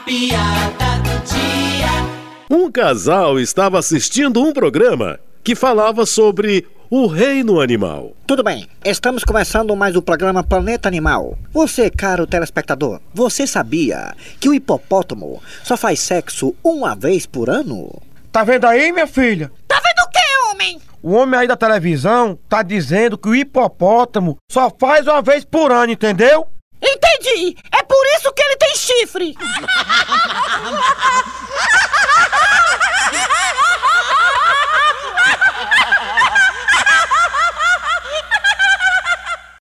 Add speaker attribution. Speaker 1: piada do dia.
Speaker 2: Um casal estava assistindo um programa que falava sobre o reino animal.
Speaker 3: Tudo bem, estamos começando mais o programa Planeta Animal. Você, caro telespectador, você sabia que o hipopótamo só faz sexo uma vez por ano?
Speaker 4: Tá vendo aí, minha filha?
Speaker 5: Tá vendo o que, homem?
Speaker 4: O homem aí da televisão tá dizendo que o hipopótamo só faz uma vez por ano, entendeu?
Speaker 5: Entendi! É por isso que ele tem chifre!